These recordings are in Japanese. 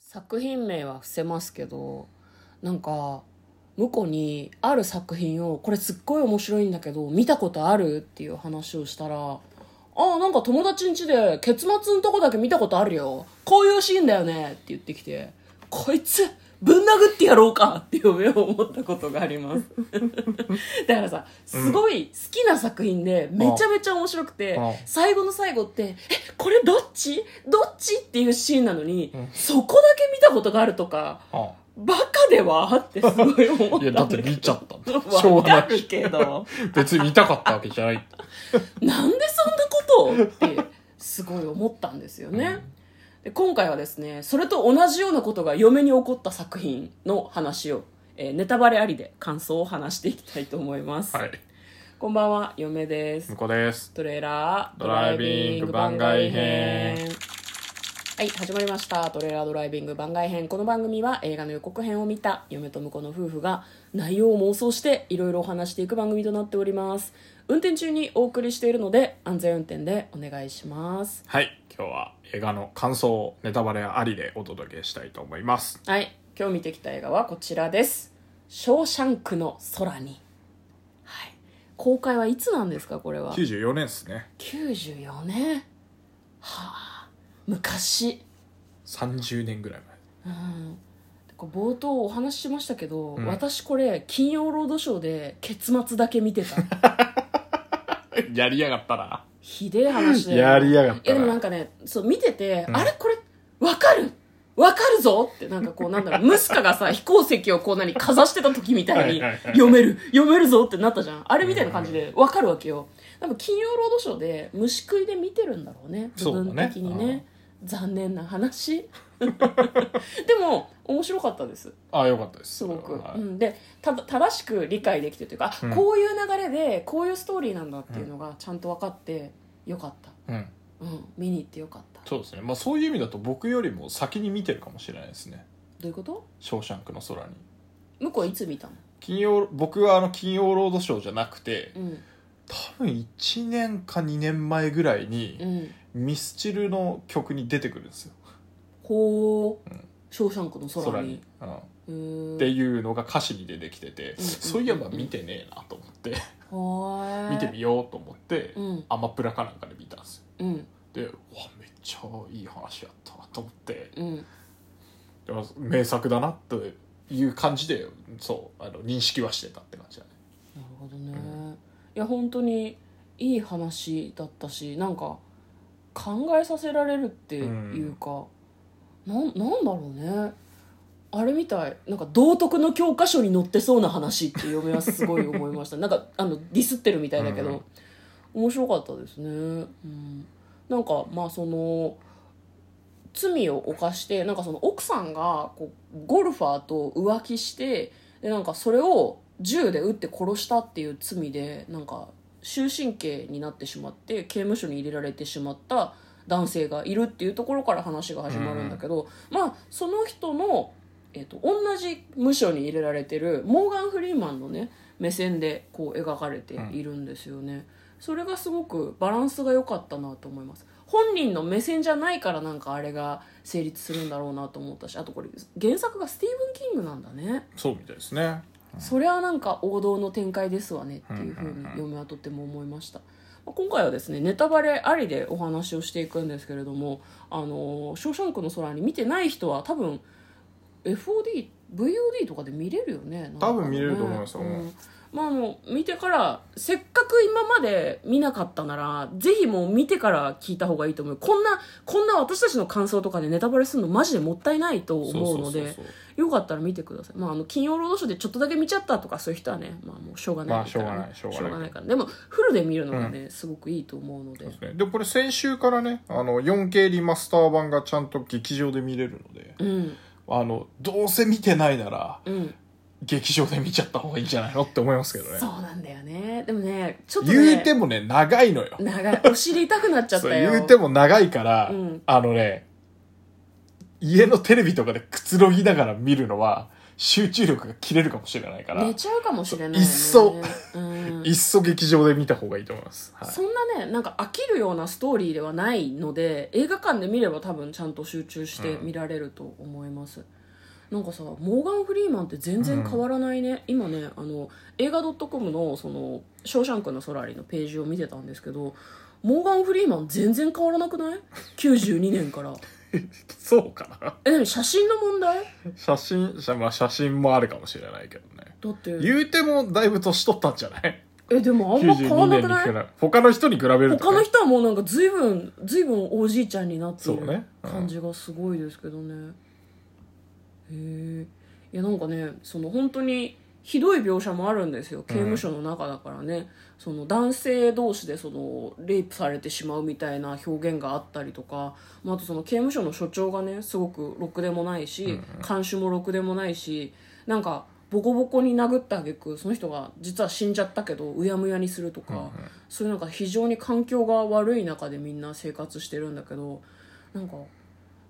作品名は伏せますけどなんか向こうにある作品をこれすっごい面白いんだけど見たことあるっていう話をしたらああなんか友達ん家で結末のとこだけ見たことあるよこういうシーンだよねって言ってきてこいつぶん殴ってやろうかっていう目を思ったことがあります だからさすごい好きな作品でめちゃめちゃ面白くて、うんうん最後の最後って「えこれどっちどっち?」っていうシーンなのに、うんそこだけ見たことがあるとかあバカではってすごい思ったんだいけや、どだって見ちゃったんだ。しょう わがかない。るけど別に見たかったわけじゃない。なんでそんなことをってすごい思ったんですよね、で今回はですねそれと同じようなことが嫁に起こった作品の話を、えーネタバレありで感想を話していきたいと思います、はい。こんばんは嫁です向こうです。トレーラードライビング番外編はい始まりましたトレーラードライビング番外編この番組は映画の予告編を見た嫁と婿の夫婦が内容を妄想していろいろお話していく番組となっております運転中にお送りしているので安全運転でお願いしますはい。今日は映画の感想をネタバレありでお届けしたいと思います。はい今日見てきた映画はこちらです「ショーシャンクの空に」はい公開はいつなんですかこれは94年ですね。 94年はあ昔30年ぐらいうんこう冒頭お話ししましたけど、うん私これ「金曜ロードショー」で結末だけ見 てた前。やりやがったな。ひでえ話だよやりやがっいやたでもなんな。かねそう見てて、うんあれこれわかるわかるぞってなんかこうなんだろうムスカがさ飛行石をこう何かざしてた時みたいにはいはいはい読める読めるぞってなったじゃんあれみたいな感じでわかるわけよ多分金曜ロードショーで虫食いで見てるんだろうね部そうだね分的にね残念な話 でも面白かったですあ、よかったです。すごく、はういん、でただ正しく理解できてというか、あうんこういう流れでこういうストーリーなんだっていうのがちゃんと分かってよかった、うん。うん、見に行ってよかったどそうですね。まあそういう意味だと僕よりも先に見てるかもしれないですね。ういうことショーシャンクの空に。向こういつ見たの、金曜、僕はあの金曜ロードショーじゃなくてう、ん多分1年か2年前ぐらいに、うん、ミスチルの曲に出てくるんですよほう、うんショーシャンクの空にうん、っへてーいうのが歌詞に出てきてて、うんそういえば見てねえなと思って、はーい見てみようと思って、うんアマプラかなんかで見たんですようんでうわめっちゃいい話やったと思ってうんでも名作だなという感じでそうあの認識はしてたって感じだねなるほどね、ういや本当にいい話だったしなんか考えさせられるっていうか、なん、なんだろうねあれみたいなんか道徳の教科書に載ってそうな話って嫁はすごい思いました なんかあのディスってるみたいだけど、面白かったですね、うん、なんかまあその罪を犯してなんかその奥さんがこうゴルファーと浮気してでなんかそれを銃で撃って殺したっていう罪でなんか終身刑になってしまって刑務所に入れられてしまった男性がいるっていうところから話が始まるんだけど、まあその人の、えっと同じ無所に入れられてるモーガン・フリーマンのね目線でこう描かれているんですよね。それがすごくバランスが良かったなと思います本人の目線じゃないからなんかあれが成立するんだろうなと思ったしあとこれ原作がスティーブン・キングなんだね、そうみたいですねそれはなんか王道の展開ですわねっていうふううんにうんうん嫁はとても思いましたまあ今回はですねネタバレありでお話をしていくんですけれども「あのーショーシャンクの空」に見てない人は多分 FOD VOD とかで見れるよねなんかね多分見れると思いますようんまあ、あの見てからせっかく今まで見なかったならぜひもう見てから聞いた方がいいと思うこんなこんな私たちの感想とかでネタバレするのマジでもったいないと思うのでそうよかったら見てください、まあ、あの金曜ロードショーでちょっとだけ見ちゃったとかそういう人はね、まあ、もうしょうがないまあしょうがないからねしょうがないからでもフルで見るのがね、すごくいいと思うのでそうですねでもこれ先週からねあの 4K リマスター版がちゃんと劇場で見れるのでうんあのどうせ見てないならうん劇場で見ちゃった方がいいんじゃないのって思いますけどねそうなんだよねでもねちょっと、ね、言うてもね長いのよ長いお尻痛くなっちゃっそたうよ言うても長いから、うんあのね家のテレビとかでくつろぎながら見るのは集中力が切れるかもしれないから、寝ちゃうかもしれない、ね、いっそうん、いっそ劇場で見た方がいいと思います、はい、そんなねなんか飽きるようなストーリーではないので映画館で見れば多分ちゃんと集中して見られると思います、なんかさモーガン・フリーマンって全然変わらないね、今ねあの映画 .com の「そのショーシャンクの空に」のページを見てたんですけどモーガン・フリーマン全然変わらなくない ?92 年からそうかなえ何写真の問題写真写,、まあ、写真もあるかもしれないけどねだって言うてもだいぶ年取ったんじゃないえでもあんま変わら92な年くにない比べ他の人に比べると他ね、の人はもうなんか随分随分おじいちゃんになってそうるねうん感じがすごいですけどねへえいやなんかねその本当にひどい描写もあるんですよ刑務所の中だからね、その男性同士でそのレイプされてしまうみたいな表現があったりとか、まあ、あとその刑務所の所長がねすごくろくでもないし、看守もろくでもないしなんかボコボコに殴った挙句その人が実は死んじゃったけどうやむやにするとか、そういうなんか非常に環境が悪い中でみんな生活してるんだけどなんか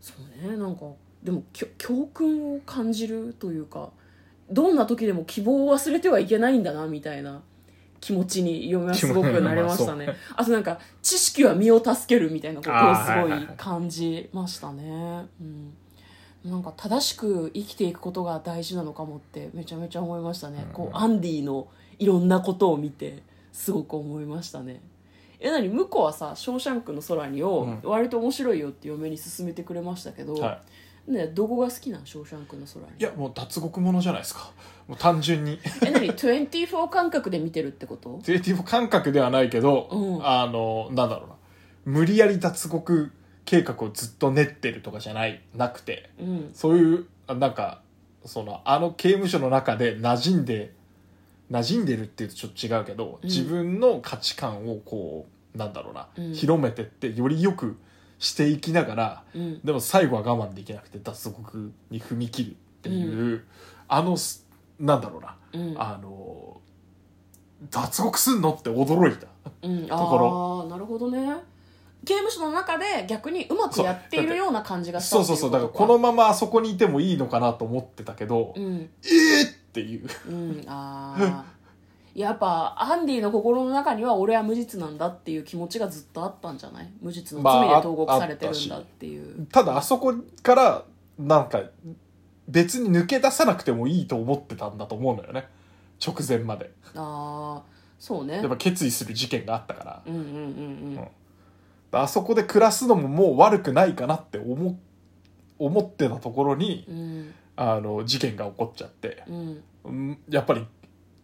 そうねなんかでもきょ教訓を感じるというかどんな時でも希望を忘れてはいけないんだなみたいな気持ちに嫁はすごくなれましたねあとなんか知識は身を助けるみたいなことをすあーはいごはいいはい感じましたね。うんなんか正しく生きていくことが大事なのかもってめちゃめちゃ思いましたね、こうアンディのいろんなことを見てすごく思いましたねえなに向こうはさ「ショーシャンクの空に」をうん割と面白いよって嫁に勧めてくれましたけど、はね、どこが好きなん「ショーシャンクの空に」い、いやもう脱獄者じゃないですかもう単純にえなに24感覚で見てるってことクリエイティブ感覚ではないけど、うんあのなんだろうな無理やり脱獄計画をずっと練ってるとかじゃないなくてうんそういうあなんかそのあの刑務所の中で馴染んで馴染んでるっていうとちょっと違うけど、うん自分の価値観をこうなんだろうな、うん広めてってよりよくしていきながらうんでも最後は我慢できなくて脱獄に踏み切るっていう、あのすなんだろうなうんあの脱獄すんのって驚いたうんあこあなるほどね刑務所の中で逆にうまくやっているような感じがしたそうそうそうだからっていこのままあそこにいてもいいのかなと思ってたけど、とうんええー、っていううん、ああやっぱアンディの心の中には俺は無実なんだっていう気持ちがずっとあったんじゃない無実の罪で投獄されてるんだっていう、ただあそこからなんか別に抜け出さなくてもいいと思ってたんだと思うのよね直前まであ、あーそうねやっぱ決意する事件があったからうんうんうんうんあそこで暮らすのももう悪くないかなって思思ってたところにうんあの事件が起こっちゃって、うんうんやっぱり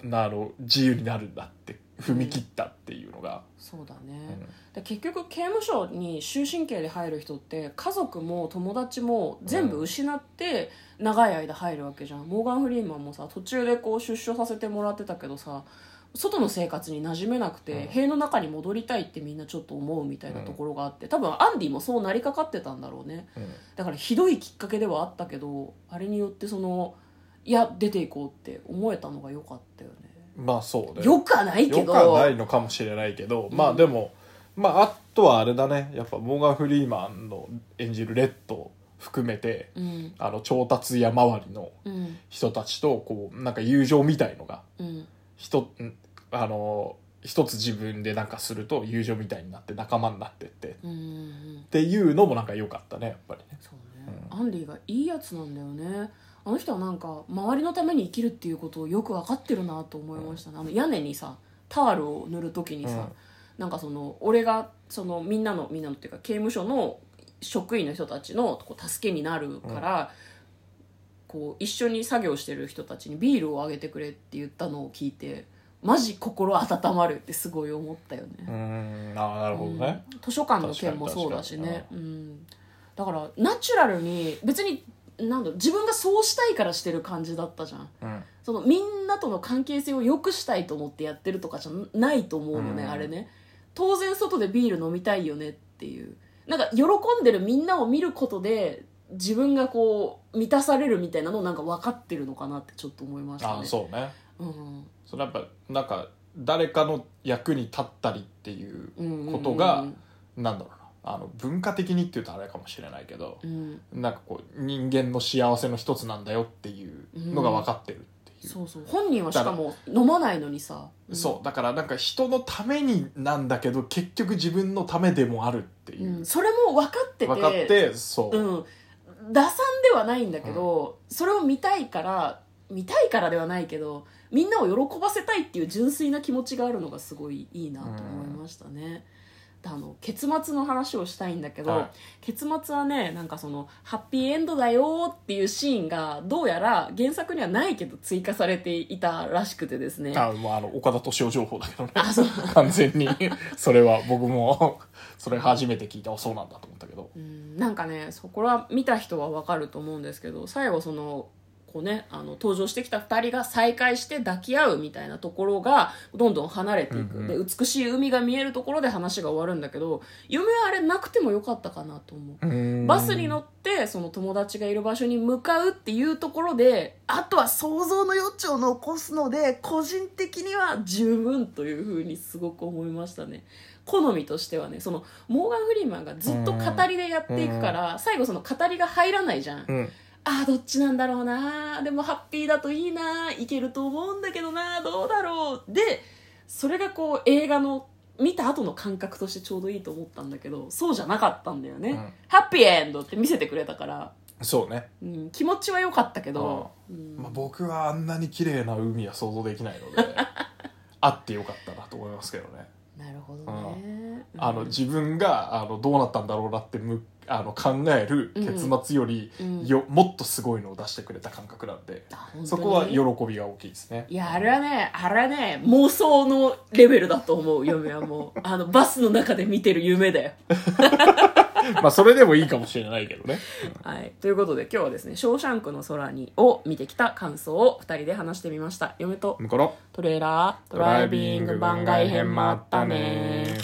なあの自由になるんだって踏み切ったっていうのが、そうだね、うんで結局刑務所に終身刑で入る人って家族も友達も全部失って長い間入るわけじゃん、モーガン・フリーマンもさ途中でこう出所させてもらってたけどさ外の生活に馴染めなくて、うん塀の中に戻りたいってみんなちょっと思うみたいなところがあって多分アンディもそうなりかかってたんだろうねうんだからひどいきっかけではあったけどあれによってそのいや出ていこうって思えたのが良かったよねまあそうねよくはないけよどくはないのかもしれないけど、まあでもまああとはあれだねやっぱモーガン・フリーマンの演じるレッドを含めてうんあの調達屋周りのうん人たちとこうなんか友情みたいのがうん一んあの一つ自分でなんかすると友情みたいになって仲間になってってっうんうんうんていうのもなんか良かったねやっぱりね。そうね、アンディがいいやつなんだよねあの人はなんか周りのために生きるっていうことをよく分かってるなと思いましたね、あの屋根にさタオルを塗る時にさ、うんなんかその俺がそのみんなのみんなのっていうか刑務所の職員の人たちのこう助けになるから、こう一緒に作業してる人たちにビールをあげてくれって言ったのを聞いてマジ心温まるってすごい思ったよね、うーんああなるほどね。うん図書館の件もそうだし確ね、うん、だからナチュラルに別になんだろう自分がそうしたいからしてる感じだったじゃんうんそのみんなとの関係性を良くしたいと思ってやってるとかじゃないと思うのね、うんあれね当然外でビール飲みたいよねっていうなんか喜んでるみんなを見ることで自分がこう満たされるみたいなのをなんか分かってるのかなってちょっと思いましたねああそうね。うんそれやっぱなんか誰かの役に立ったりっていううんうんうんうん、ことが、なんだろうなあの文化的にっていうとあれかもしれないけどう、んなんかこう人間の幸せの一つなんだよっていうのが分かってるっていう、そうそう本人はしかも飲まないのにさそうだからなんか人のためになんだけど結局自分のためでもあるっていうう、ん、それも分かってて分かってそう、うん、打算ではないんだけど、それを見たいから見たいからではないけどみんなを喜ばせたいっていう純粋な気持ちがあるのがすごいいいなと思いましたね。であの結末の話をしたいんだけど、はい結末はねなんかそのハッピーエンドだよっていうシーンがどうやら原作にはないけど追加されていたらしくてですねあもうあの岡田斗司夫情報だけどねあそう完 全にそれは僕もそれ初めて聞いたあそうなんだと思ったけどうんなんかねそこは見た人はわかると思うんですけど最後そのこうねあの登場してきた2人が再会して抱き合うみたいなところがどんどん離れていく、うんうで美しい海が見えるところで話が終わるんだけど夢はあれなくてもよかったかなと思う。バスに乗ってその友達がいる場所に向かうっていうところであとは想像の余地を残すので個人的には十分というふうにすごく思いましたね好みとしてはねそのモーガン・フリーマンがずっと語りでやっていくから最後その語りが入らないじゃん、うんああどっちなんだろうなでもハッピーだといいないけると思うんだけどなどうだろうでそれがこう映画の見た後の感覚としてちょうどいいと思ったんだけどそうじゃなかったんだよね、うんハッピーエンドって見せてくれたから、そうね、うん、気持ちは良かったけど、うんまあ、僕はあんなに綺麗な海は想像できないの であってよかったなと思いますけどねなるほどね、うんあの自分があのどうなったんだろうなってむあの考える結末よりうんよ、もっとすごいのを出してくれた感覚なんで、あ本当にそこは喜びが大きいですねいやあれはねあれはね妄想のレベルだと思う嫁はもうあのバスの中で見てる夢だよ、まあそれでもいいかもしれないけど ね、はい、ということで今日はですね「ショーシャンクの空に」を見てきた感想を2人で話してみました嫁とうん、向こうのトレーラードドライビング番外編もあったね